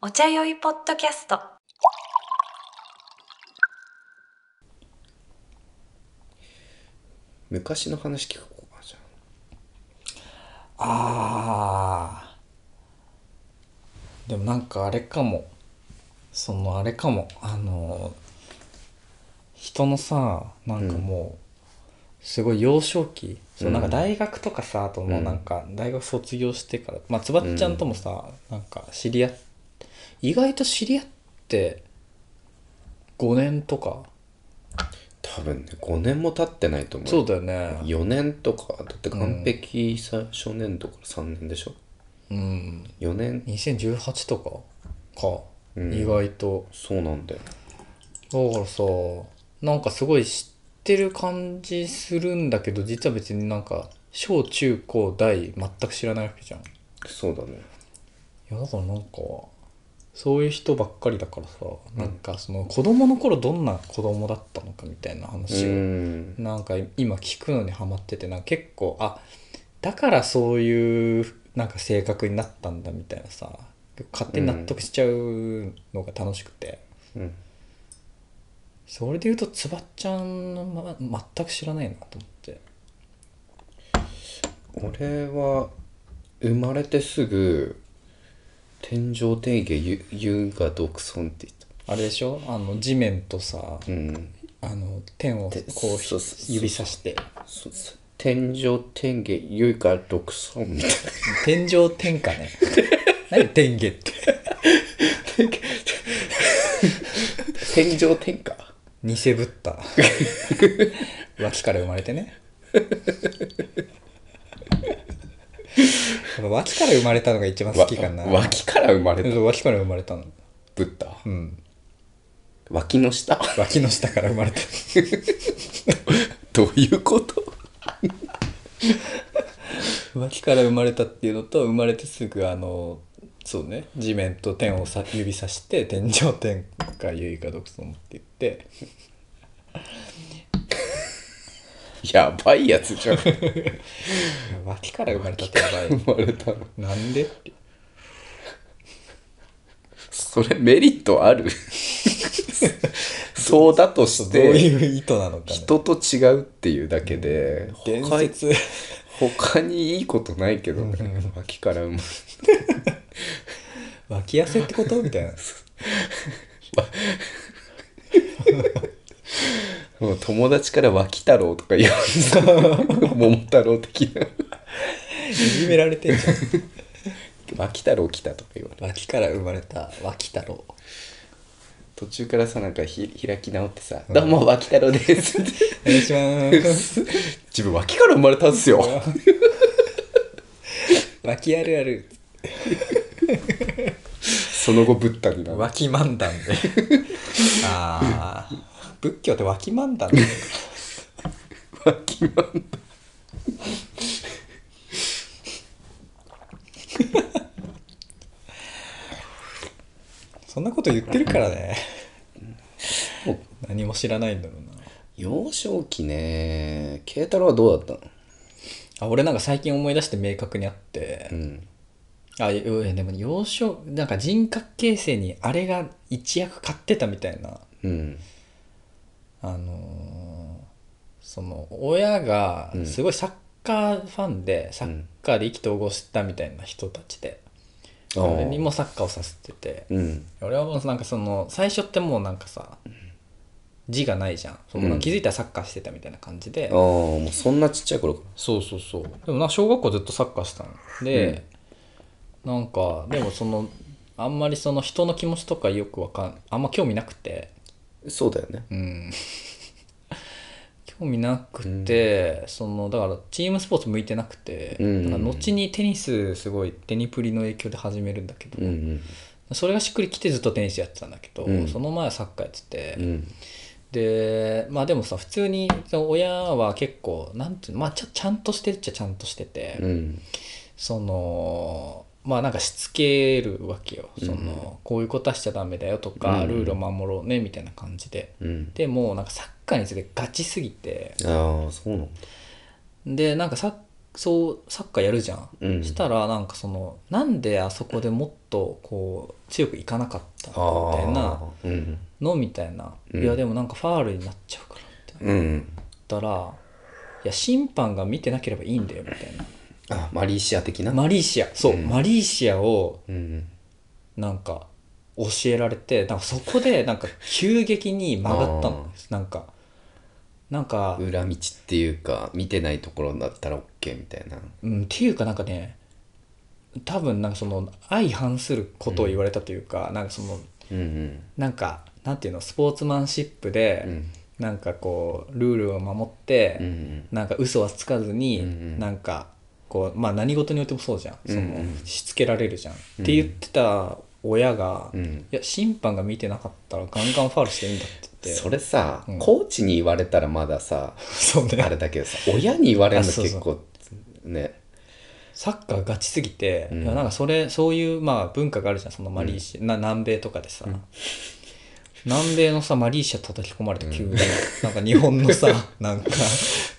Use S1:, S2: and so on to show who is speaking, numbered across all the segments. S1: お茶酔いポッドキャスト
S2: 昔の話聞こうかじゃ
S3: あーでもなんかあれかもそのあれかもあの人のさなんかもうすごい幼少期、そう
S2: うん
S3: なんか大学とかさあともうなんか大学卒業してから、まあつばっちゃんともさ、なんか知り合っ意外と知り合って5年とか
S2: 多分ね5年も経ってないと思う
S3: そうだよね
S2: 4年とかだって完璧さ、初年度から3年でしょ
S3: うん
S2: 4年
S3: 2018とかか、
S2: うん
S3: 意外と
S2: そうなんだよ
S3: だからさなんかすごい知ってる感じするんだけど実は別になんか小中高大全く知らないわけじゃんい
S2: そうだね
S3: やだからなんかそういう人ばっかりだからさ、なんかその子供の頃どんな子供だったのかみたいな
S2: う
S3: 話を、
S2: ん
S3: なんか今聞くのにハマっててなんか結構あだからそういうなんか性格になったんだみたいなさ勝手に納得しちゃうのが楽しくて。
S2: うん
S3: それで言うとつばっちゃんの、ま、全く知らないなと思って
S2: 俺は生まれてすぐ天井定義ゆ優雅独尊って
S3: あれでしょあの地面とさ
S2: 言ったうん
S3: あの天を
S2: て
S3: こうひ
S2: そうそう
S3: 指さして
S2: そそ天井天下優雅独尊みたいな
S3: 天井天下ね 何天下って
S2: 天井天下
S3: 偽ぶった脇から生まれてねやっぱ脇から生まれたのが一番好きかな
S2: わ脇から生まれた
S3: そう脇から生まれたの
S2: ブッダ
S3: うん
S2: 脇の下
S3: 脇の下から生まれた
S2: どういうこと
S3: 脇から生まれたっていうのと生まれてすぐあのそうね地面と天をさ指さして天井天か唯か独尊って言って
S2: やばいやつじゃん
S3: 脇から生まれたってやばい
S2: 生まれたの
S3: なんでって
S2: それメリットある そうだとし
S3: どう
S2: て
S3: いう意図なのかね
S2: 人と違うっていうだけで
S3: 伝
S2: 他
S3: 説
S2: 他にいいことないけどね脇から生まれ
S3: 脇痩せってことみたいな
S2: もう友達から脇太郎とか言わ れて桃太郎的ない
S3: じめられてんじゃん
S2: 脇太郎来たとか言われて
S3: 脇から生まれた脇太郎
S2: 途中からさなんかひ開き直ってさ「どうも脇太郎です」って
S3: お願いします
S2: 自分脇から生まれたんすよ
S3: 脇あるある
S2: その後ブッダになる
S3: 脇漫 談でああ仏教って脇漫談で
S2: 脇漫談
S3: そんなこと言ってるからね。何も知らないんだろうな。
S2: 幼少期ね慶太郎はどうだったの
S3: あ俺なんか最近思い出して明確にあって、
S2: うん
S3: あいやでも幼少なんか人格形成にあれが一役買ってたみたいな
S2: うん
S3: あのーその親が
S2: うん
S3: すごいサッカーファンで、サッカーで意気投合したみたいな人たちで、
S2: ああ
S3: 俺にもサッカーをさせてて、
S2: うん
S3: 俺はもうなんかその最初ってもうなんかさ字がないじゃんその
S2: うん
S3: 気づいたらサッカーしてたみたいな感じで、
S2: ああもうそんなちっちゃい頃か
S3: そうそうそうでもなんか小学校ずっとサッカーしてたので、なんかでもそのあんまりその人の気持ちとかよくわかんあんま興味なくて
S2: らそうだよね
S3: うん興味なくて、そのだからチームスポーツ向いてなくて、
S2: うん
S3: なんか後にテニスすごいテニプリの影響で始めるんだけど、
S2: うん
S3: それがしっくりきてずっとテニスやってたんだけど、
S2: うん
S3: その前はサッカーやってて、
S2: うんうん
S3: でまあでもさ普通にその親は結構なんていうのまあちゃちゃんとしてるっちゃちゃんとしてて、
S2: うん
S3: そのまあなんかしつけるわけよその、こういうことはしちゃダメだよとか、
S2: うん
S3: ルールを守ろうねみたいな感じで
S2: うん
S3: でもうなんかサッカーについてガチすぎて
S2: ああそうなんだ
S3: でなんかサッそうサッカーやるじゃん、
S2: うん
S3: したらなんかそのなんであそこでもっとこう強くいかなかった
S2: あー
S3: みたいな
S2: うん
S3: のみたいな、
S2: うん
S3: いやでもなんかファールになっちゃうからみたいな
S2: うん
S3: 言ったらいや審判が見てなければいいんだよみたいな
S2: あマリーシア的な、
S3: マリーシアそう、
S2: うん
S3: マリーシアを
S2: うん
S3: なんか教えられてなんかそこでなんか急激に曲がったのなんかなんか、
S2: 裏道っていうか見てないところだったら OK みたいな
S3: うん、っていうかなんかね多分なんかその相反することを言われたというか、なんかその
S2: うん
S3: なんかなんていうのスポーツマンシップ
S2: うんう
S3: で、
S2: ん
S3: なんかこうルールを守って、
S2: うんうん
S3: なんか嘘はつかずに、
S2: うんうん
S3: なんかこうまあ何事においてもそうじゃんその、
S2: うんうん
S3: しつけられるじゃん、って言ってた親が、
S2: う
S3: い
S2: ん
S3: や審判が見てなかったらガンガンファールしていいんだって言って
S2: それさ、
S3: うん
S2: コーチに言われたらまだ さ
S3: そうね
S2: あれだけどさ親に言われるの
S3: あそうそ
S2: 結
S3: う
S2: 構ね
S3: サッカーガチすぎて、
S2: うん
S3: いやなんかそれそういうまあ文化があるじゃんそのマリーシ、な南米とかでさ、南米のさマリーシア叩き込まれて急に、なんか日本のさなんか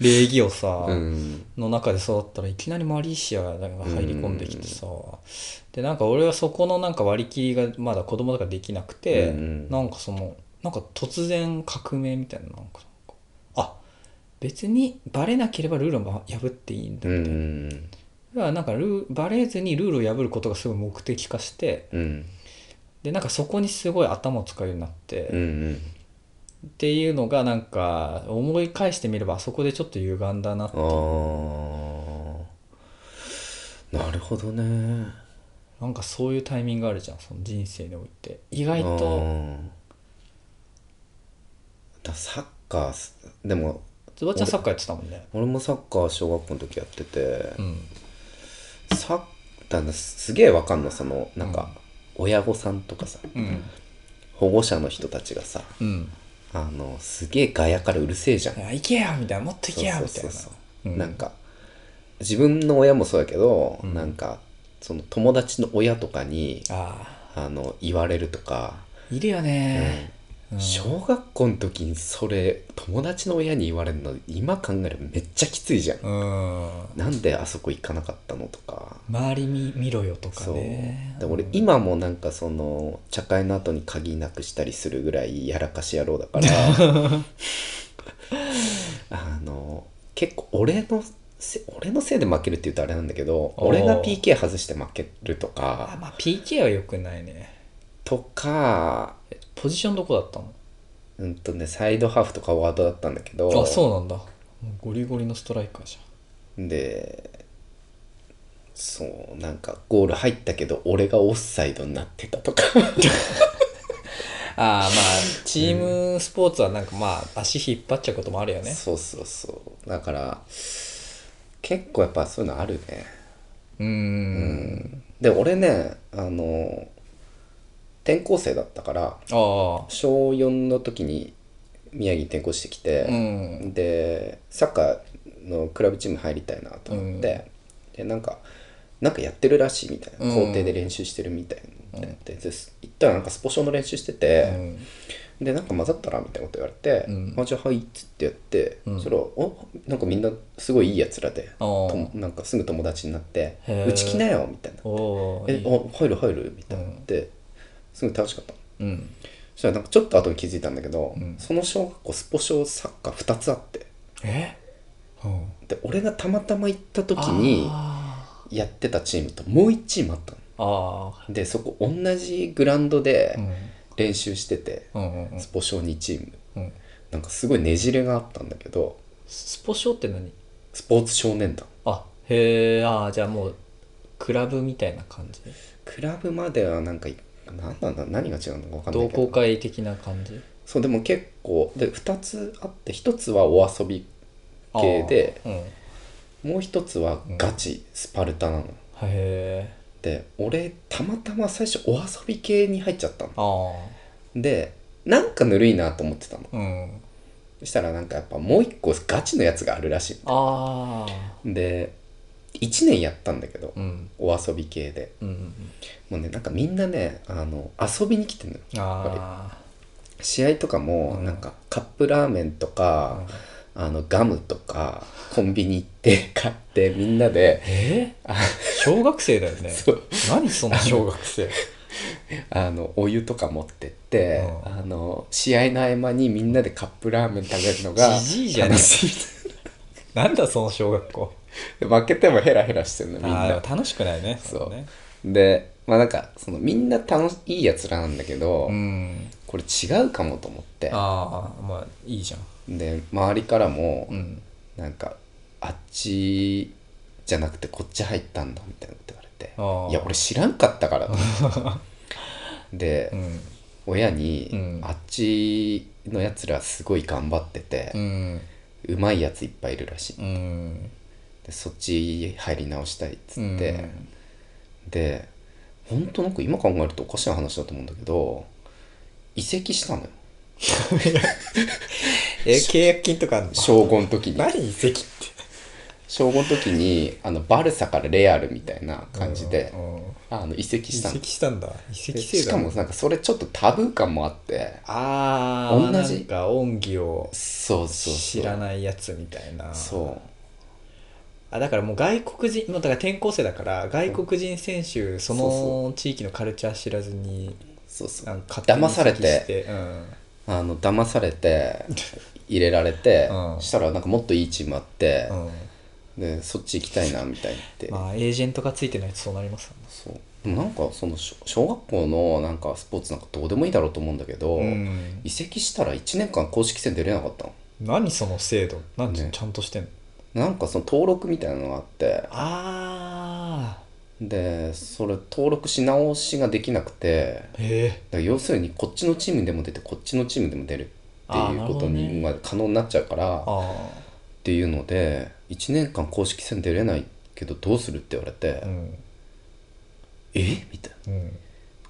S3: 礼儀をさ、
S2: うん
S3: の中で育ったらいきなりマリーシアが入り込んできてさ、でなんか俺はそこのなんか割り切りがまだ子供だからできなくて、
S2: うんうん
S3: なんかそのなんか突然革命みたいななんかなんかあ別にバレなければルールを破っていいんだ
S2: う
S3: みたいな。
S2: ん
S3: がなんかルーバレずにルールを破ることがすごい目的化して
S2: うん
S3: でなんかそこにすごい頭を使うようになって、
S2: うんうん
S3: っていうのがなんか思い返してみればあそこでちょっと歪んだな
S2: あーなるほどね
S3: なんかそういうタイミングあるじゃんその人生において意
S2: 意
S3: 外と
S2: だサッカーすでも
S3: つばちゃんサッカーやってたもんね
S2: 俺もサッカー小学校の時やってて、
S3: うん
S2: サッだからすげえわかんのそのなんか親御さんとかさ、
S3: うん
S2: 保護者の人たちがさ
S3: うん
S2: あのすげえガヤからうるせえじゃん
S3: いや行けやみたいなもっと行けやみたい
S2: そう
S3: な
S2: そうそう
S3: う
S2: なんんか自分の親もそうやけど、
S3: うん
S2: なんかその友達の親とかに
S3: あ
S2: あの言われるとか、
S3: ーいるよねうん
S2: 小学校の時にそれ友達の親に言われるの今考えればめっちゃきついじゃん、
S3: うん
S2: なんであそこ行かなかったのとか、
S3: 周り見見ろよとか
S2: そう
S3: ね
S2: で俺今もなんかその茶会の後に鍵なくしたりするぐらいやらかし野郎だ からあの結構俺のせ俺のせいで負けるって言うとあれなんだけど
S3: おー
S2: 俺が PK 外して負けると
S3: あ
S2: か
S3: まあ PK は良くないね
S2: とか
S3: ポジションどこだったの
S2: うんとねサイドハーフとかワードだったんだけど
S3: あそうなんだもうゴリゴリのストライカーじ
S2: でそうなんかゴール入ったけど俺がオフサイドになってたとか
S3: ゃんああまあチームスポーツはなんかまあ足引っ張っちゃうこともあるよね
S2: そうそうそうだから結構やっぱそういうのあるね
S3: うーん
S2: で俺ねあの転校生だったから
S3: あ
S2: 小4の時に宮城に転校してきて
S3: あう、ん
S2: でサッカーのクラブチーム入りたいなと思って、でなんかなんかやってるらしいみたいな
S3: うん
S2: 校庭で練習してるみたいなのって、で行ったらなんかスポ少の練習してて、
S3: うん
S2: でなんか混ざったらみたいなこと言われて「
S3: うん
S2: あじゃあはい」っつってやって、
S3: うん
S2: それをおなんかみんなすごいいいやつらで、
S3: ああ
S2: となんかすぐ友達になって「
S3: へー
S2: うち来なよ」みたいな
S3: お
S2: 「
S3: お
S2: えあ入る入る」みたいな
S3: うん
S2: って、すごい楽しかった
S3: うん
S2: そしたらなんかちょっと後に気づいたんだけど、
S3: うん
S2: その小学校スポ少サッカー2つあって
S3: えうん
S2: で俺がたまたま行った時に
S3: あ
S2: やってたチームともう1チームあったの
S3: ーあ
S2: でそこ同じグラウンドで
S3: ーうん
S2: 練習してて、
S3: うんうんうん
S2: スポ少2チーム
S3: うん
S2: なんかすごいねじれがあったんだけど
S3: スポ少って何
S2: スポーツ少年団
S3: あへえああじゃあもうクラブみたいな感じ
S2: クラブまではなんか何なんだ何が違うのか分かんない
S3: 同
S2: け
S3: 好
S2: ど
S3: 会的な感じ
S2: そうでも結構で2つあって1つはお遊び
S3: あー
S2: 系で
S3: うん
S2: もう1つはガチスパルタなの、
S3: へえ
S2: で俺たまたま最初お遊び系に入っちゃったの
S3: ああ
S2: でなんかぬるいなと思ってたの
S3: うん
S2: そしたらなんかやっぱもう一個ガチのやつがあるらし
S3: ああ
S2: いで1年やったんだけど、
S3: うん
S2: お遊び系で
S3: うんうん
S2: もうねなんかみんなねあの遊びに来てんのよ
S3: あ
S2: 試合とかも
S3: うん
S2: なんかカップラーメンとか、あのガムとかコンビニ行って 買ってみんなで
S3: えー小学生だよね
S2: そう
S3: 何その小学生
S2: あのお湯とか持ってって、
S3: う
S2: あの試合の合間にみんなでカップラーメン食べるのが
S3: じじいじゃねえ
S2: 楽しい
S3: なんだその小学校
S2: で負けてもヘラヘラしてるのみん
S3: ああでも
S2: な
S3: 楽しくないね
S2: そう
S3: れね
S2: でまあなんかそのみんな楽しいいやつらなんだけど、
S3: うん
S2: これ違うかもと思って
S3: ああまあいいじゃん
S2: で周りからも、
S3: うん
S2: なんかあっちじゃなくてこっち入ったんだみたいなこと言わ
S3: あ
S2: れ
S3: ー
S2: ていや俺知らんかったからと思 ってで、
S3: うん
S2: 親に、
S3: うん
S2: あっちのやつらすごい頑張って
S3: う
S2: て、
S3: ん
S2: うまいやついっぱいいるらしい
S3: うん
S2: でそっち入り直したいっつって、で本当なんか今考えるとおかしな話だと思うんだけど移籍したのよ
S3: え契約金とかあんの
S2: 小5の時に
S3: 何遺跡って
S2: 小5の時にあのバルサからレアルみたいな感じで、
S3: うんうん
S2: あの移籍
S3: 移
S2: したの
S3: 籍したんだ移
S2: で
S3: 籍制
S2: しかもなんかそれちょっとタブー感もあって
S3: ああ
S2: 同
S3: 同
S2: じ
S3: じか恩義を
S2: そうそうそう
S3: 知らないやつみたいな
S2: そ
S3: あだからもう外国人もうだから転校生だから外国人選手
S2: そ
S3: そ
S2: う
S3: の地域のカルチャー知らずに
S2: うそうそ
S3: な
S2: うん
S3: か勝手に
S2: 騙されて
S3: 移籍してうん
S2: あの騙されて 入れられて、
S3: うん
S2: したらなんかもっといいチームあって、
S3: うん
S2: でそっち行きたいなみたいに言って、
S3: まあエージェントがついてないとそうなりますよね
S2: そうでもなんかその小小学校のなんかスポーツなんかどうでもいいだろうと思うんだけど、
S3: うん
S2: 移籍したら1年間公式戦出れなかったの
S3: 何その制度何
S2: ね
S3: ちゃんとしてんの
S2: なんかその登録みたいなのがあって
S3: あ
S2: でそれ登録し直しができなくて
S3: あへえ
S2: だから要するにこっちのチームにでも出てこっちのチームでも出るって
S3: あー
S2: い
S3: な
S2: うこ
S3: るほ
S2: と
S3: どね
S2: にまあ可能になっちゃうからっ
S3: あ
S2: ていうので1年間公式戦出れないけどどうするって言われて
S3: あうん
S2: 「えみたいな
S3: うん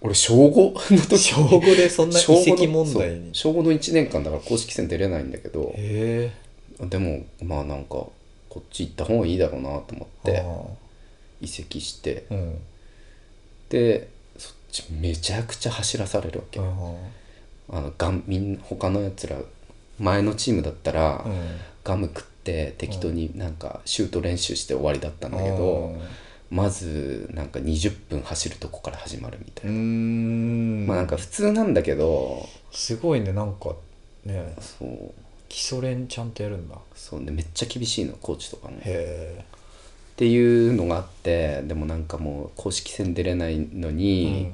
S2: 俺小5の時
S3: 小5でそんな遺跡問題に
S2: 小5の1年間だから公式戦出れないんだけど
S3: へ
S2: でもまあなんかこっち行った方がいいだろうなと思っ
S3: え
S2: て
S3: あ
S2: 移籍して
S3: あうん
S2: でそっちめちゃくちゃ走らされるわけ、
S3: う
S2: あのガンみん他のやつら前のチームだったら、
S3: ん
S2: ガム食って適当になんかシュート練習して終わりだったんだけど、まずなんか20分走るとこから始まるみたいうな、
S3: ん
S2: まあなんか普通なんだけど
S3: すごいねなんかね
S2: そう
S3: 基礎練ちゃんとやるんだ
S2: そうでめっちゃ厳しいのコーチとかも
S3: へ
S2: っていうのがあってでもなんかもう公式戦出れないの
S3: え
S2: に、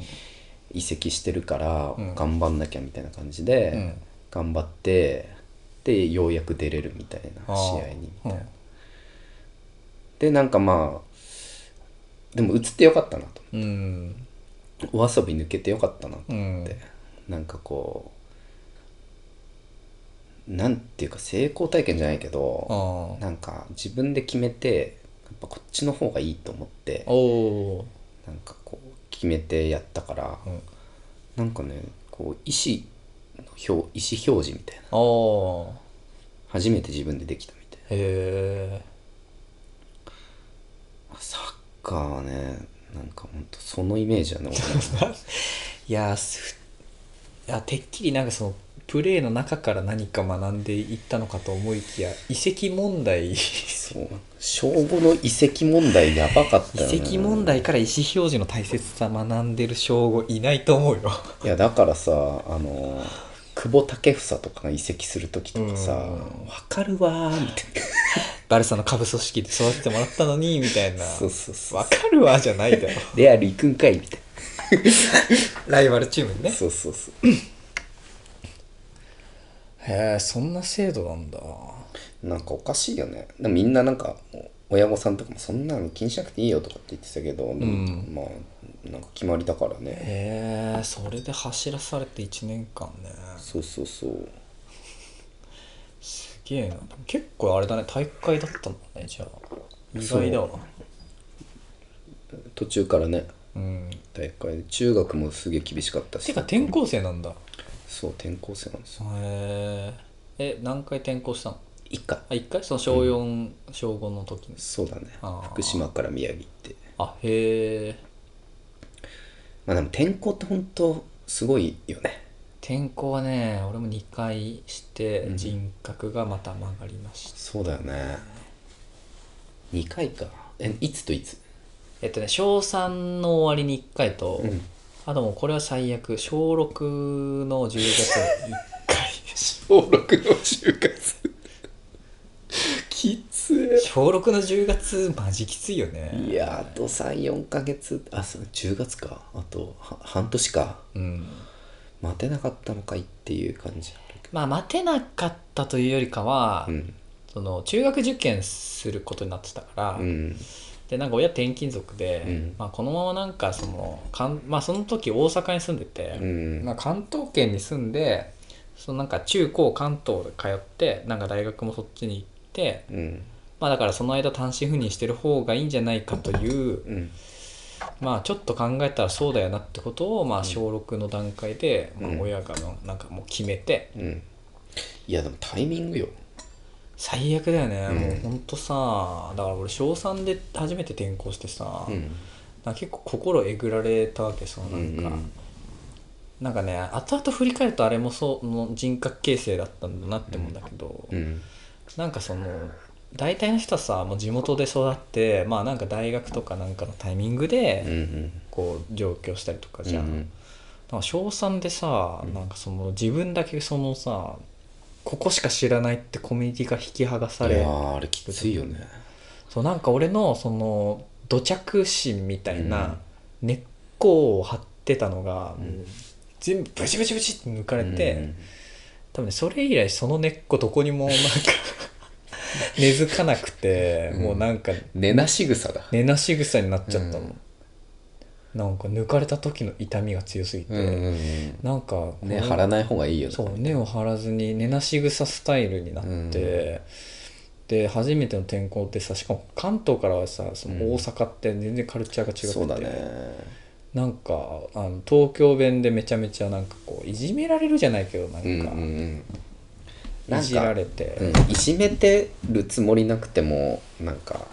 S2: 移籍してるから
S3: うん
S2: 頑張んなきゃみたいな感じで、
S3: うん
S2: 頑張ってでようやく出れるみたいな試合にみたいなでなんかまあでも映ってよかったなと
S3: うん
S2: お遊び抜けてよかったなと
S3: うん
S2: って、なんかこうなんていうか成功体験じゃないけ
S3: あ
S2: ど
S3: あ
S2: なんか自分で決めてやっぱこっちの方がいいと思って
S3: おお
S2: なんかこう決めてやったから、
S3: うん
S2: なんかねこう意思の表意思表示みたいな
S3: ああ
S2: 初めて自分でできたみたい
S3: へえ
S2: なサッカーはねなんかほんとそのイメージだね
S3: いやーすいやてっきりなんかそのプレーの中から何か学んでいったのかと思いきや移籍問
S2: 俺
S3: 題
S2: もそう小5の移籍問題やばかった
S3: 移
S2: よね
S3: 籍問題から意思表示の大切さ学んでる小5いないと思うよ
S2: いやだからさあの久保建英とかが移籍する時とかさ「
S3: う
S2: わかるわ」みたい
S3: バルサの下部組織で育ててもらったのにみたいな
S2: なそうそうそう
S3: わかるわじゃない だろ
S2: レアル行くんかいみたい
S3: ライバルチームに
S2: な
S3: ね
S2: そうそうそう
S3: へえそんな制度なんだ
S2: なんかおかしいよねでもみんななんかもう親御さんとかもそんなの気にしなくていいよとかって言ってたけど、でも
S3: うん
S2: まあなんか決まりだからね
S3: へえそれで走らされて1年間ね
S2: そうそうそう
S3: すげえな結構あれだね体育会だったんだねじゃあ意外だわ
S2: 途中からね
S3: うん
S2: 大会で中学もすげえ厳しかったして
S3: か転校生なんだへ
S2: そう転校生なんですよ
S3: ええ何回転校したの
S2: 一回
S3: あ一回その小4、小5の時に
S2: そうだね
S3: あー
S2: 福島から宮城行って
S3: あへえ
S2: まあでも転校って本当すごいよね
S3: 転校はね俺も2回して
S2: うん
S3: 人格がまた曲がりました、
S2: そうだよね2回かえいつといつ
S3: えっとね小3の終わりに1回と、
S2: うん
S3: あともうこれは最悪小6の10月に1回
S2: 小6の就活きつ
S3: 小6の10月マジきついよね
S2: いやあと34ヶ月あそう10月かあとは半年か
S3: うん
S2: 待てなかったのかいっていう感じあるけ
S3: まあ待てなかったというよりかは、
S2: どうん
S3: その中学受験することになってたから、
S2: うん
S3: でなんか親転勤族で、
S2: うん
S3: まあ、このままなんかそのかん、まあ、その時大阪に住んでて、
S2: うん
S3: まあ、関東圏に住んでそのなんか中高関東で通ってなんか大学もそっちに行って、
S2: うん
S3: まあ、だからその間単身赴任してる方がいいんじゃないかという、
S2: うん
S3: まあ、ちょっと考えたらそうだよなってことを、まあ、小6の段階で、まあ
S2: うん
S3: 親がのなんかもう決めて
S2: うんいやでもタイミングよ
S3: 最悪だよね、
S2: うん
S3: もうほんとさだから俺小3で初めて転校してさ、
S2: うん
S3: なんか結構心えぐられたわけそのなんか、
S2: うん
S3: なんかね後々振り返るとあれもその人格形成だったんだなって思うんだけど、
S2: うん
S3: なんかその大体の人はさもう地元で育ってまあなんか大学とかなんかのタイミング
S2: うん
S3: で
S2: うん
S3: こう上京したりとかじゃん、
S2: う
S3: なん
S2: ん
S3: か小3でさなんかその自分だけそのさここしか知らないってコミュニティが引き剥がさ
S2: い
S3: れ
S2: やーあれきついよね
S3: そうなんか俺のその土着心みたい
S2: うん
S3: な根っこを張ってたのが、
S2: ん
S3: もう全部ブチブチブチって抜かれて、多分ねそれ以来その根っこどこにもなんか 根付かなくて、
S2: うん
S3: もうなんか
S2: うん寝なしぐさだ
S3: 根なし草になっちゃったの、
S2: うん
S3: なんか抜かれた時の痛みが強すぎて、
S2: うんうんうん
S3: なんか
S2: ね張らない方がいいよね
S3: そう根を張らずに根なし草スタイルになって、
S2: うん
S3: で初めての転校ってさしかも関東からはさその大阪って全然カルチャーが違ってて、
S2: そうだね
S3: なんかあの東京弁でめちゃめちゃなんかこういじめられるじゃないけどなんか、
S2: うんうんうん
S3: いじられて、
S2: うん、いじめてるつもりなくてもなんか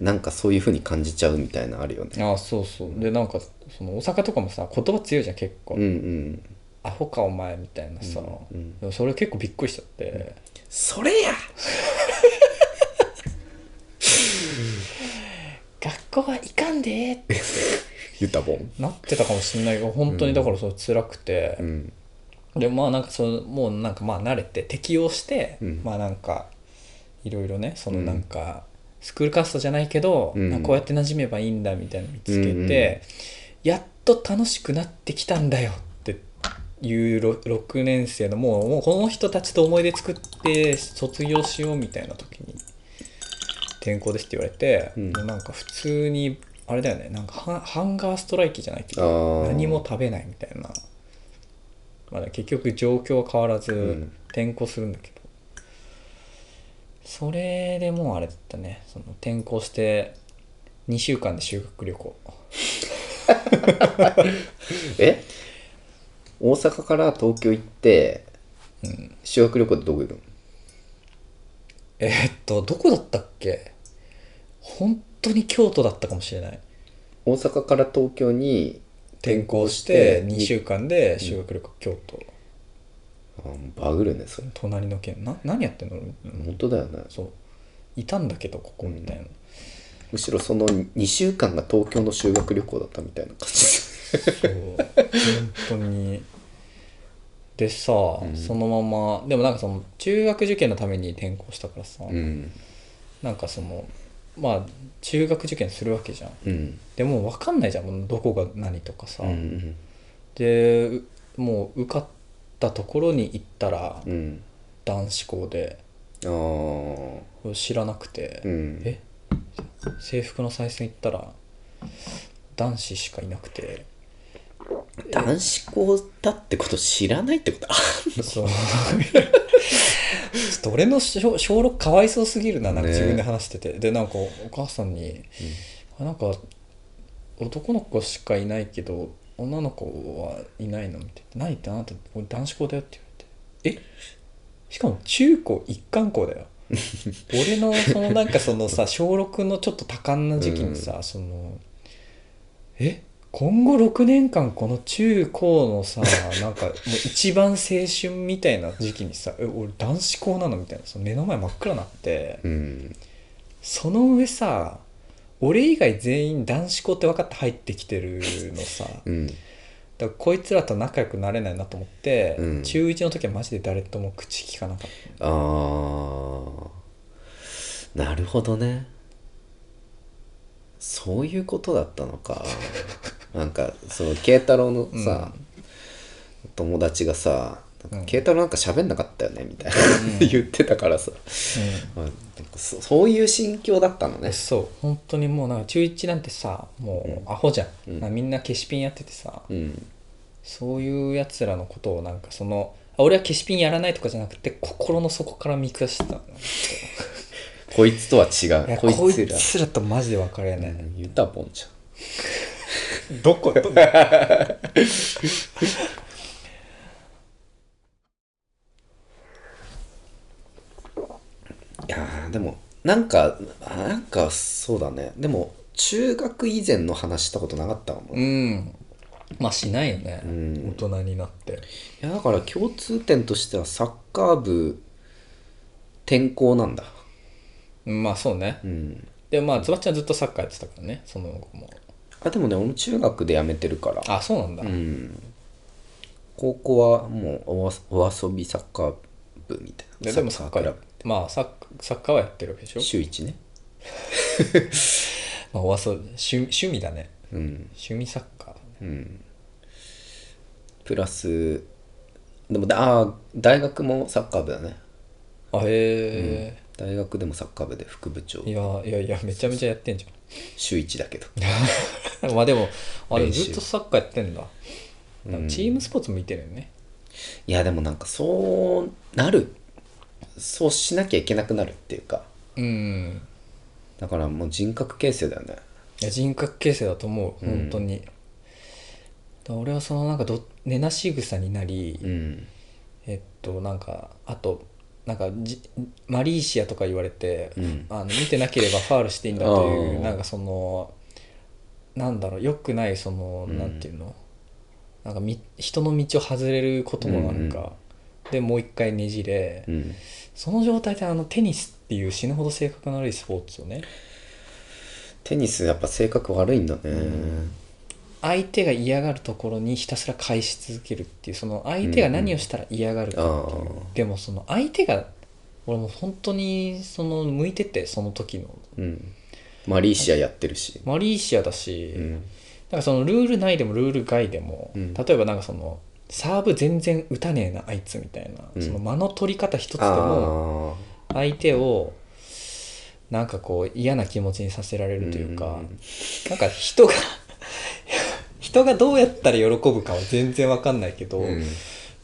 S2: なんかそういう風に感じちゃうみたいなのあるよね
S3: ああそうそうでなんかその大阪とかもさ言葉強いじゃん結構、
S2: うんうん
S3: アホかお前みたいなさ、
S2: うん
S3: でもそれ結構びっくりしちゃって、
S2: それや
S3: 学校は行かんでーって
S2: 言ったもん
S3: なってたかもしれないけど本当にだからそれ辛くて
S2: う、ん
S3: でまあなんかそのもうなんかまあ慣れて適応して、
S2: うん
S3: まあなんかいろいろねその
S2: うん
S3: なんか、スクールカーストじゃないけど、
S2: うん
S3: なんかこうやって馴染めばいいんだみたいなの見つけて、
S2: うんうん
S3: やっと楽しくなってきたんだよっていうろ6年生のもうもうこの人たちと思い出作って卒業しようみたいな時に転校ですって言われて、
S2: うん
S3: もうなんか普通にあれだよねなんかハンハンガーストライキじゃないけど
S2: あー
S3: 何も食べないみたいな、まあ、結局状況は変わらず
S2: ん
S3: 転校するんだけど、それでもうあれだったねその転校して2週間で修学旅行
S2: え大阪から東京行って、修学旅行ってどこ行くの
S3: えーっとどこだったっけ本当に京都だったかもしれない
S2: 大阪から東京に
S3: 転校して
S2: に
S3: 2週間で修学旅行、京都
S2: あバグるねそれ
S3: 隣の県な何やってんの、
S2: 本当だよね
S3: そういたんだけどここみたいな、
S2: むしろその2週間が東京の修学旅行だったみたいな感じ
S3: そう本当にでさ、
S2: うん
S3: そのままでもなんかその中学受験のために転校したからさ、
S2: うん
S3: なんかそのまあ中学受験するわけじゃん
S2: うん
S3: でもう分かんないじゃんもうどこが何とかさ、
S2: うん
S3: でうもう受かったところに行ったら
S2: うん
S3: 男子校で
S2: ああ
S3: 知らなくて、
S2: うん
S3: え制服の採寸行ったら男子しかいなくて
S2: 男子校だってこと知らないってこと あ
S3: そう ちょっと俺の小小6かわいそうすぎるななん
S2: ね
S3: か自分で話してて、でなんかお母さんに、あなんか男の子しかいないけど女の子はいないのみたいな「何言ってあなた俺男子校だよ」って言われて「えしかも中高一貫校だよ」俺のそのなんかそのさ小6のちょっと多感な時期にさ、その「え今後6年間この中高 のさなんかもう一番青春みたいな時期にさ「え俺男子校なの?」みたいなその目の前真っ暗になって
S2: うん
S3: その上さ俺以外全員男子校って分かって入ってきてるのさ
S2: うん
S3: だからこいつらと仲良くなれないなと思って、
S2: うん
S3: 中1の時はマジで誰とも口聞かなかっ
S2: あーなるほどねそういうことだったの かなんかその慶太郎のさ、友達がさ「なん
S3: う
S2: か
S3: ん
S2: 慶太郎なんか喋んなかったよね」みたいな、
S3: う ん
S2: 言ってたからさ、
S3: た、
S2: まあなんかそそういう心境だったのね
S3: そう本当にもうなんか中1なんてさもうアホじゃん、
S2: うん
S3: なんかみんな消しピンやっててさ、
S2: うん
S3: そういうやつらのことをなんかそのあ俺は消しピンやらないとかじゃなくて心の底から見下してた の
S2: こいつとは違
S3: いや
S2: う
S3: こ
S2: こ
S3: い
S2: いつ
S3: つ
S2: ら
S3: らとマジで別れない、
S2: うんユタボンじゃん
S3: どこ
S2: いやーでもなんかなんかそうだねでも中学以前の話したことなかったかも、
S3: う
S2: い
S3: んまあしないよね、
S2: ん
S3: 大人になって
S2: やだから共通点としてはサッカー部転校なんだ
S3: まあそうね、
S2: うん
S3: でまあズバッちゃんずっとサッカーやってたからねその子も
S2: あでもね俺も中学で辞めてるから
S3: あそうなんだ、
S2: うん高校はもうおわお遊びサッカー部みたいな
S3: ででもサッ
S2: ク
S3: カー
S2: ラ
S3: や
S2: ブ
S3: まあサッサッカーはやってるわけでしょ、
S2: 週1ね
S3: まあ、お遊び趣趣味だね
S2: うん
S3: 趣味サッカーだね
S2: プラスでもだあー大学もサッカー部だね
S3: あへえ、
S2: 大学でもサッカー部で副部長
S3: いやいやいやめちゃめちゃやってんじ
S2: 週1だけど
S3: ゃん まあでもあれ
S2: 練習
S3: ずっとサッカーやってんだなんかチームスポーツ向いてるよね、
S2: いやでもなんかそうなるそうしなきゃいけなくなるっていうか
S3: うん、
S2: だからもう人格形成だよね
S3: いや人格形成だと思う本当に、だから俺はそのなんかど寝なし草になり、
S2: うん
S3: えっとなんかあとなんかじマリーシアとか言われて、
S2: うん
S3: あの見てなければファールしていいんだとい
S2: あ
S3: う
S2: ー
S3: なんかそのなんだろうよくないその、なんていうのなんかみ人の道を外れることもなんか、でもう一回ねじれ、
S2: うん
S3: その状態であのテニスっていう死ぬほど性格の悪いスポーツをね
S2: テニスやっぱ性格悪いんだね
S3: 相手が嫌がるところにひたすら返し続けるっていうその相手が何をしたら嫌がるかっていう、
S2: うんうんあ
S3: でもその相手が俺もう本当にその向いててその時の
S2: うん、マリーシアやってるし
S3: マリーシアだし、
S2: うん
S3: なんかそのルール内でもルール外でも、
S2: うん
S3: 例えばなんかそのサーブ全然打たねえなあいつみたいな、
S2: うん
S3: その間の取り方一つで
S2: あ
S3: も
S2: ー
S3: 相手をなんかこう嫌な気持ちにさせられるというか、
S2: うん
S3: なんか人が 人がどうやったら喜ぶかは全然わかんないけど、
S2: うん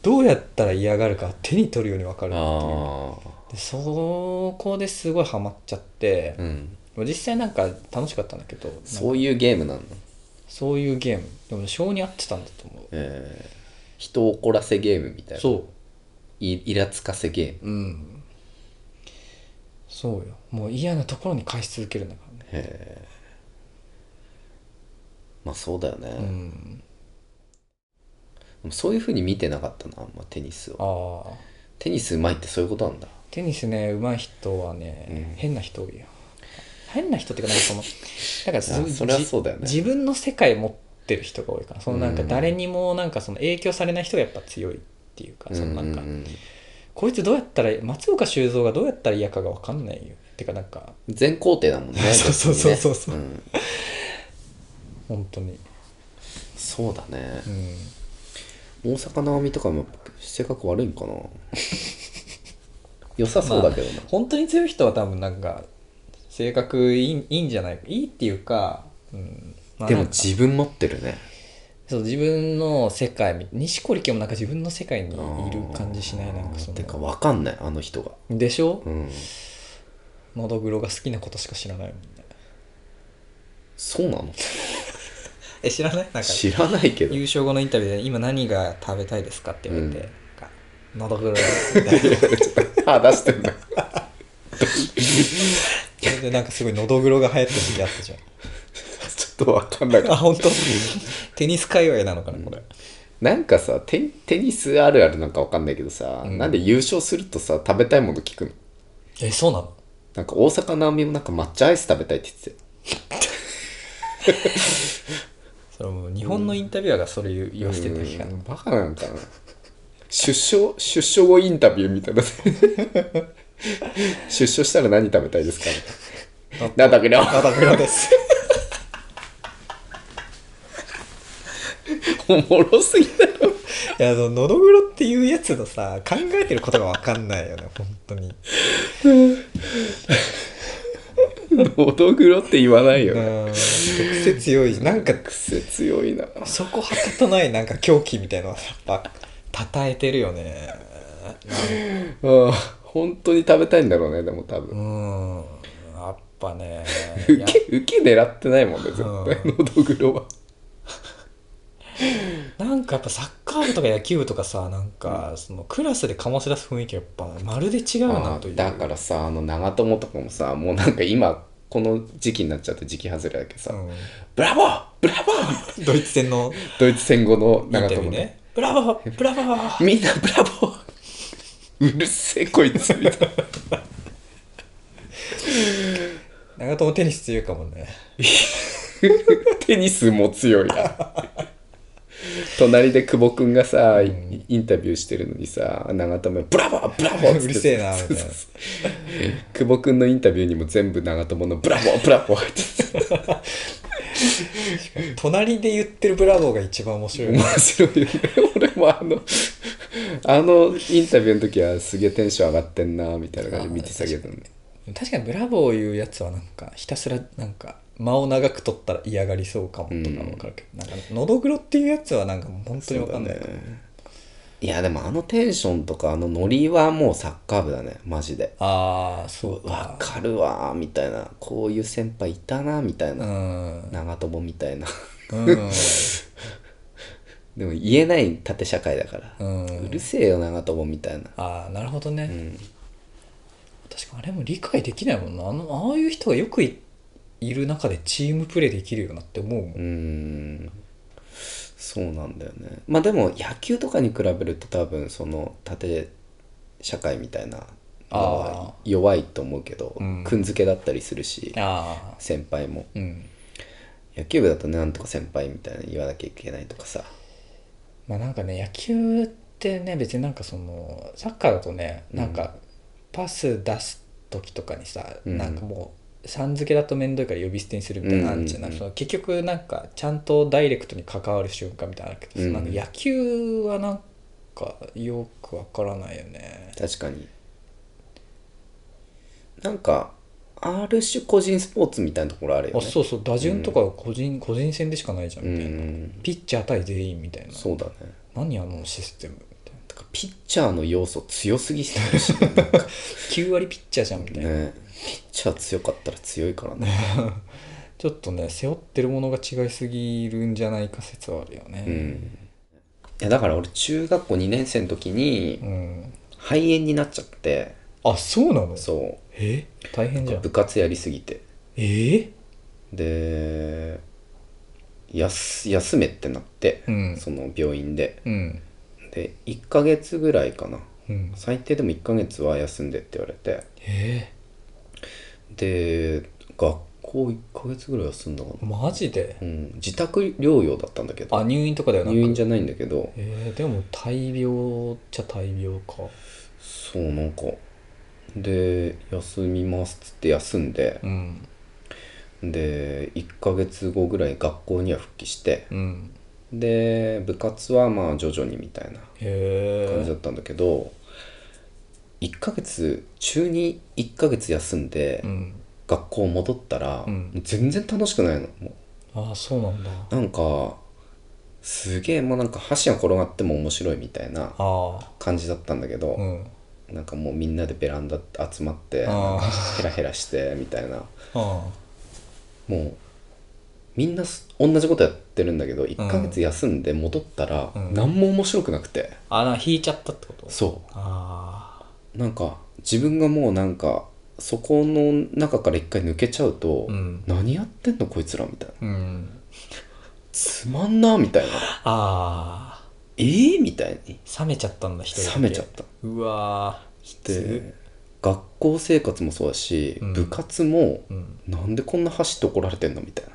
S3: どうやったら嫌がるか手に取るようにわかるっていう
S2: あ
S3: でそこですごいハマっちゃって
S2: ー、うん
S3: 実際なんか楽しかったんだけどなんか
S2: そういうゲームなの
S3: そういうゲームでも性に合ってたんだと思う
S2: えー人を怒らせゲームみたいな
S3: そ
S2: いイラつかせゲーム
S3: ううんそうよもう嫌なところに返し続けるんだからね
S2: まあそうだよね、
S3: うん
S2: でもそういうふうに見てなかったな、あんまテニスを
S3: ああ
S2: テニスうまいってそういうことなんだ
S3: テニスね上手い人はね、変な人多いよ変な人っていうかなんかそ のだから
S2: あそれはそうだよね
S3: 自分の世界持ってる人が多いからそのなんか
S2: うん
S3: 誰にもなんかその影響されない人がやっぱ強いっていうかそのなんか、
S2: うんうん
S3: こいつどうやったら松岡修造がどうやったら嫌かが分かんないよってかなんか
S2: うん全工程だもんね
S3: そうそうそうそうそ
S2: 別に
S3: う
S2: ねん
S3: 本当に
S2: そうだね
S3: う、ん
S2: 大阪なおみとかも性格悪いん かな良さそうだけどな、
S3: 本当に強い人は多分なんか性格いいいいんじゃないいいっていうか、うんまあ
S2: でも
S3: なんか
S2: 自分持ってるね
S3: そう自分の世界み錦織家もなんか自分の世界にいる感じしないなんかそ
S2: てか
S3: の
S2: 分かんないあの人が
S3: でしょ
S2: うん
S3: のどぐろが好きなことしか知らないもんね
S2: そうなの
S3: え知らないなんか
S2: 知らないけど
S3: 優勝後のインタビューで「今何が食べたいですか?」って言われて、
S2: うん
S3: なんかのどぐろですみたいな
S2: あ出してんだ
S3: それでなんかすごいのどぐろが流行った時期あったじゃん
S2: ょっと分かんなかった
S3: あ本当。 テニス界隈なのかなこれ、
S2: なんかさテテニスあるあるなんか分かんないけどさ、
S3: うん
S2: なんで優勝するとさ食べたいもの聞くの
S3: えそうなの
S2: なんか大阪なおみもなんか抹茶アイス食べたいって言ってたよ
S3: それもう日本のインタビュアーがそれ言う言わせてた日が、
S2: うんバカなのかな出所出所後インタビューみたいな 出所したら何食べたいですかみたいなだけど
S3: あだからです
S2: おもろすぎだろ
S3: いやそののどぐろっていうやつのさ考えてることが分かんないよね本当に
S2: のどぐろって言わないよね
S3: うん癖強いなんか
S2: 癖強いな
S3: そこはかとないなんか狂気みたいなのはやっぱたえてるよね
S2: ああ本当に食べたいんだろうねでも多
S3: う
S2: 分
S3: んやっぱねい
S2: 受
S3: や
S2: け受け狙ってないもんね絶対
S3: うん
S2: のどぐろは
S3: なんかやっぱサッカー部とか野球部とかさなんかそのクラスで醸し出す雰囲気がやっぱまるで違うな
S2: あ
S3: とい
S2: ー
S3: う
S2: だからさあの長友とかもさもうなんか今この時期になっちゃって時期外れだけどさ、
S3: う
S2: ブラボーブラボー
S3: んドイツ戦の
S2: ドイツ戦後の
S3: インタ
S2: 長
S3: ビュー
S2: 友ね
S3: ねブラボーブラボー
S2: みんなブラボーうるせえこいつみたいな
S3: 長友テニス強いかもね
S2: テニスも強いな隣で久保君がさ、いインタビューしてるのにさ長友ブラボーブラボーっつって
S3: うるせえなみたい
S2: そ
S3: な
S2: うそうそう 久保君のインタビューにも全部長友のブラボーブラボーって
S3: 隣で言ってるブラボーが一番面白い
S2: 面白いよね俺もあのあのインタビューの時はすげえテンション上がってんなみたいな感じで見てたけどね
S3: 確かにブラボーいうやつはなんかひたすらなんか間を長く取ったら嫌がりそうかもとか分かるけど、なんかのどぐろっていうやつはなんかもう本当に分かんないから、
S2: いやでもあのテンションとかあのノリはもうサッカー部だねマジで
S3: ああそう
S2: わ
S3: か
S2: かるわーみたいなこういう先輩いたなみたいうな、
S3: ん、うん、
S2: 長友みたいな でも言えない縦社会だから、
S3: う
S2: うんるせえよ長友みたいな
S3: ああなるほどね、確かにあれも理解できないもんなあのああいう人がよくいいる中でチームプレーできるよなって思うもん、
S2: うーんそうなんだよねまあでも野球とかに比べると多分その縦社会みたいなのは弱いと思うけど、
S3: うん
S2: くんづけだったりするし
S3: ああ
S2: 先輩も
S3: うん
S2: 野球部だとねなんとか先輩みたいな言わなきゃいけないとかさ
S3: まあなんかね野球ってね別になんかそのサッカーだとねなんかパス出す時とかにさ、
S2: うん
S3: なんかもうさん付けだと面倒いから呼び捨てにするみたいなのあるじゃん
S2: うんうんうん
S3: その結局なんかちゃんとダイレクトに関わる瞬間みたいなのあるけど、
S2: うん
S3: なんか野球はなんかよくわからないよね
S2: 確かになんかある種個人スポーツみたいなところあるよ
S3: あ
S2: ね
S3: そうそう打順とかは個人、個人戦でしかないじゃん
S2: う
S3: みたいな、
S2: ん
S3: ピッチャー対全員みたいな
S2: そうだね
S3: 何あのシステムみたいな
S2: だからピッチャーの要素強すぎてる し
S3: 9割ピッチャーじゃんみたいな、
S2: ねピッチャー強かったら強いからね
S3: ちょっとね背負ってるものが違いすぎるんじゃないか説はあるよ
S2: う
S3: ね
S2: んいやだから俺中学校2年生の時に
S3: うん、
S2: 肺炎になっちゃって
S3: あそうなの
S2: そ
S3: え大変じゃ
S2: うん部活やりすぎて
S3: えー、
S2: でやす休めってなって、
S3: うん
S2: その病院で
S3: うん
S2: で1ヶ月ぐらいかな
S3: うん
S2: 最低でも1ヶ月は休んでって言われて
S3: え
S2: で学校1ヶ月ぐらい休んだか
S3: ー、
S2: な、
S3: マジで
S2: うん、自宅療養だったんだけ
S3: あ
S2: ど
S3: 入院とかではなく
S2: 入院じゃないんだけど
S3: えー、でも大病っちゃ大病か
S2: そうなんかで休みますっつって休んで
S3: う、ん
S2: で1ヶ月後ぐらい学校には復帰して
S3: うん
S2: で部活はまあ徐々にみたいな感
S3: へ
S2: じだっ
S3: え
S2: たんだけど、1ヶ月中に1ヶ月休んで、
S3: うん
S2: 学校戻ったら、
S3: うん
S2: 全然楽しくないのも
S3: あそうなんだ
S2: うなんかすげえもうなんか箸が転がっても面白いみたいな
S3: ああ
S2: 感じだったんだけど、
S3: うん
S2: なんかもうみんなでベランダ集まって
S3: あ
S2: ヘラヘラしてみたいな
S3: あ
S2: もうみんなす同じことやってるんだけど1ヶ月休んで戻ったら、
S3: うん
S2: 何も面白くなくて、
S3: ああなんか引いちゃったってこと
S2: そ
S3: ああ
S2: うなんか自分がもうなんかそこの中から一回抜けちゃうと、
S3: うん
S2: 何やってんのこいつらみたいな
S3: うん
S2: つまんなみたいな
S3: ああ
S2: えー、みたいに
S3: 冷めちゃったんだ一人だけ
S2: 冷めちゃった
S3: うわーき
S2: で
S3: つ
S2: 学校生活もそうだし、
S3: うん
S2: 部活も、
S3: うん
S2: なんでこんな走って怒られてんのみたいな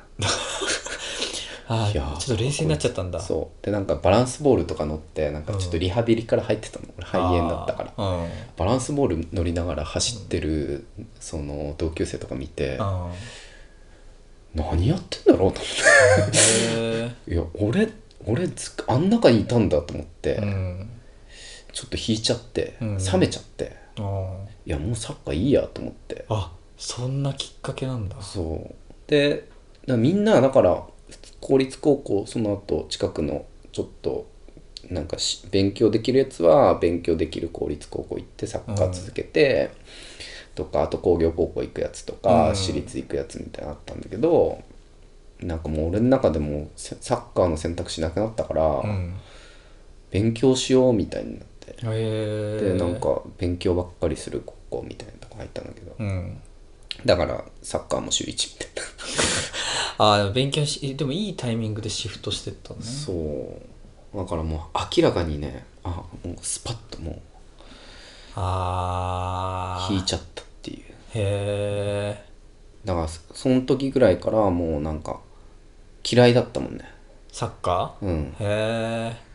S3: あ
S2: いやー
S3: あちょっと冷静になっちゃったんだう
S2: そうでなんかバランスボールとか乗ってなんかちょっとリハビリから入ってたの、俺肺炎だったから
S3: うん
S2: バランスボール乗りながら走ってる、その同級生とか見て、
S3: あ
S2: 何やってんだろうと思っ
S3: ーへ
S2: ていや俺俺ずあん中にいたんだと思って、
S3: えうん
S2: ちょっと引いちゃって、
S3: うん
S2: 冷めちゃって
S3: あー
S2: いやもうサッカーいいやと思って
S3: あそんなきっかけなんだ
S2: そうでだみんなだから公立高校その後近くのちょっとなんかし勉強できるやつは勉強できる公立高校行ってサッカー続けて、とかあと工業高校行くやつとか、
S3: うん
S2: 私立行くやつみたいなのあったんだけどなんかもう俺の中でもせサッカーの選択肢なくなったから、
S3: うん
S2: 勉強しようみたいになって
S3: へえ
S2: でなんか勉強ばっかりする高校みたいなとこ入ったんだけど
S3: うん
S2: だからサッカーも週1みたいな。
S3: ああ勉強しでもいいタイミングでシフトしてったね
S2: そうだからもう明らかにねあもうスパッともう
S3: ああ
S2: 引いちゃったっていう
S3: へえ
S2: だからそその時ぐらいからもうなんか嫌いだったもんね
S3: サッカー
S2: うん
S3: へえ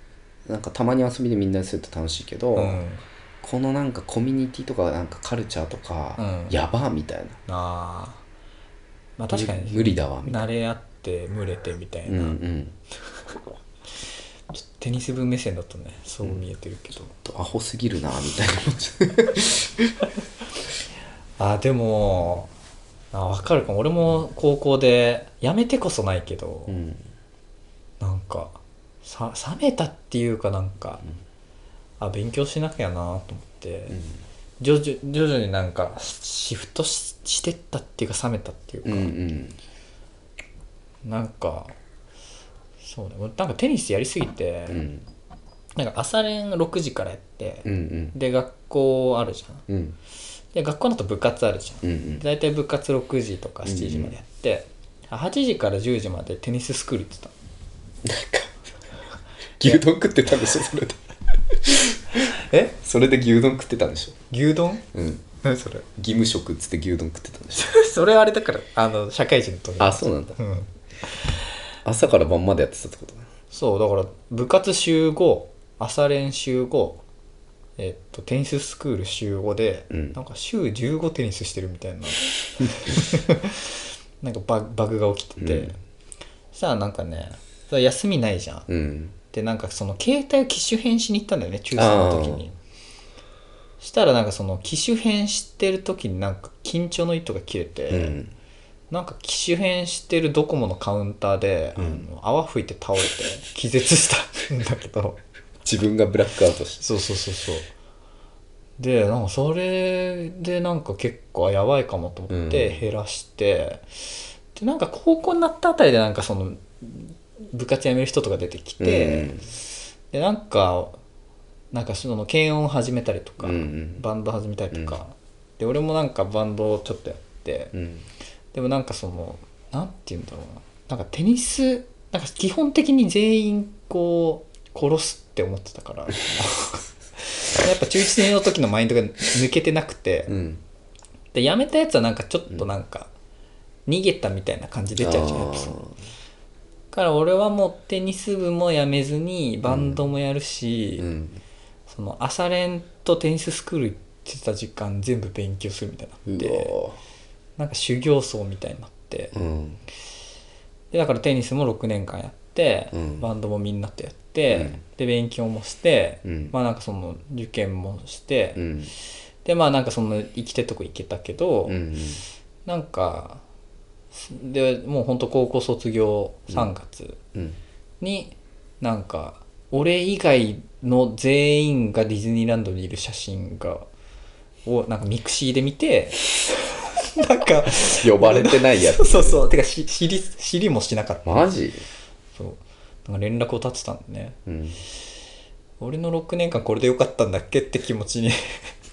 S2: なんかたまに遊びでみんなですると楽しいけど、
S3: うん
S2: このなんかコミュニティとかなんかカルチャーとか、
S3: うん
S2: やばみたいな
S3: ああまあ確か
S2: 無
S3: に
S2: 無理だわみたい
S3: 慣れ合って群れてみたい
S2: な
S3: な、
S2: うんうん
S3: ちょっとテニス部目線だとねそう見えてるけど、
S2: とアホすぎるなみたいな
S3: あーでもあ分かるかも俺も高校でやめてこそないけど、
S2: うん
S3: なんかさ冷めたっていうかなんか、あ勉強しなきゃなと思って、徐々徐々になんかシフトししてったっていうか冷めたっていう
S2: うんう
S3: か、
S2: ん
S3: なんかそうね俺なんかテニスやりすぎて、
S2: うん
S3: なんか朝練6時からやって、
S2: うんうん
S3: で学校あるじゃん
S2: うんうん
S3: で学校のと部活あるじゃん
S2: うん
S3: で大体部活6時とか7時までやって、あ8時から10時までテニススクール行ってた
S2: なんか 牛丼食ってたんでしょそれで
S3: え
S2: それで牛丼食ってたんでしょ
S3: 牛丼
S2: うん
S3: 何それ
S2: 義務職っつって牛丼食ってたんでしょ
S3: それあれだからあの社会人の時
S2: あそうなんだ
S3: うん
S2: 朝から晩までやってたってことだ
S3: そうだから部活週5朝練週5えっとテニススクール週5で、
S2: うん
S3: なんか週15テニスしてるみたい な なんかババグが起きてて、
S2: うん
S3: そしたらなんかねそれ休みないじゃん
S2: うん
S3: でなんかその携帯を機種変しに行ったんだよね中3の時にしたらなんかその機種変してる時になんか緊張の糸が切れて、
S2: うん
S3: なんか機種変してるドコモのカウンターで、
S2: うん
S3: あの泡吹いて倒れて気絶したんだけど
S2: 自分がブラックアウトして
S3: そうそうそうそうでなんかそれでなんか結構あやばいかもと思って
S2: うん
S3: 減らして、でなんか高校になったあたりでなんかその部活辞める人とか出てきて、でなんかなんかその検温始めたりとか、
S2: うんうん
S3: バンド始めたりとか、で俺もなんかバンドをちょっとやって、
S2: うん
S3: でもなんかそのなんて言うんだろうななんかテニスなんか基本的に全員こう殺すって思って たからやっぱ中1年の時のマインドが抜けてなくて、
S2: うん
S3: でやめたやつはなんかちょっとなんか、逃げたみたいな感じ出ちゃうじゃんやっぱそのだから俺はもうテニス部もやめずにバンドもやるし、
S2: あーうん
S3: その朝練とテニススクール行ってた時間全部勉強するみたいになっ
S2: う
S3: て
S2: わ
S3: なんか修行僧みたいになって
S2: うん
S3: でだからテニスも6年間やって、
S2: うん
S3: バンドもみんなとやって、
S2: うん
S3: で勉強もして、
S2: うん
S3: まあなんかその受験もして、
S2: うん
S3: でまあなんかその生きてるとこ行けたけど、
S2: うん
S3: なんかでもうほんと高校卒業3月、
S2: うん
S3: になんか俺以外の全員がディズニーランドにいる写真がをなんかミクシーで見 てなんか
S2: 呼ばれてないや
S3: そう
S2: つ
S3: そうそうてかし知り知りもしなかった
S2: マジ
S3: そうなんか連絡を立てたんでね
S2: うん
S3: 俺の6年間これでよかったんだっけって気持ちに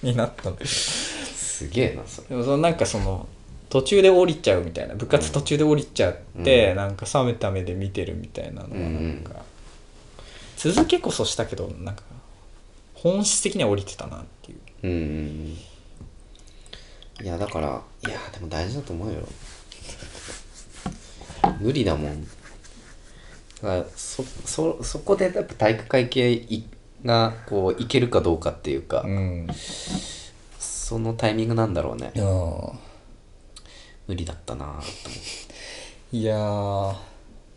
S3: になったんだけど
S2: すげえなそれ
S3: でもそのなんかその途中で降りちゃうみたいな部活途中で降りちゃって、
S2: うん
S3: なんか冷めた目で見てるみたいなのはなんか、
S2: う
S3: 続けこそしたけどなんか本質的には降りてたなっていう
S2: うんうんうんいやだからいやでも大事だと思うよ 無理だもんだからそそそこでやっぱ体育会系いがこういけるかどうかっていうか、
S3: ん
S2: そのタイミングなんだろうね無理だったなぁと思
S3: いやー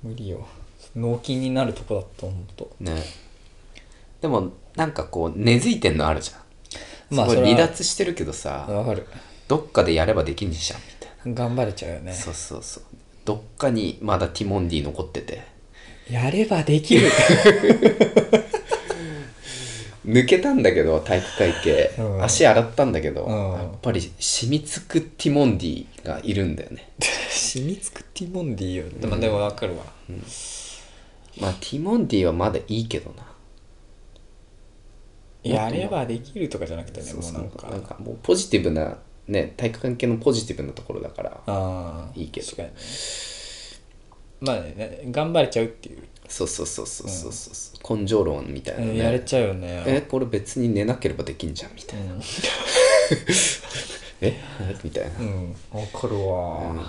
S3: 無理よ納金になるとこだと思うと
S2: うねでもなんかこう根付いてんのあるじゃん
S3: まあ
S2: す
S3: そ
S2: ご
S3: れ
S2: い
S3: は
S2: 離脱してるけどさ、
S3: わかる
S2: どっかでやればできんじゃんみたい
S3: 頑張れちゃうよね
S2: なそうそうそうどっかにまだティモンディ残ってて
S3: やれば できる
S2: 抜けたんだけど体育会系、
S3: うん
S2: 足洗ったんだけど、
S3: うん
S2: やっぱり染みつくティモンディがいるんだよね
S3: 染みつくティモンディよ、まあでもわかるわ
S2: まあティモンディはまだいいけどな
S3: やればできるとかじゃなくてね
S2: そう
S3: もう
S2: そうな
S3: な
S2: んん
S3: か
S2: かもうポジティブなね体育関係のポジティブなところだから
S3: ああ
S2: いいけど
S3: 確かにねまあね頑張れちゃうっていう、
S2: そうそうそうそうそうそう、根性論みたいなね
S3: やれちゃうよね
S2: えこれ別に寝なければできんじゃんみたいなえみたいな、
S3: うん、うん、分かるわ、
S2: うん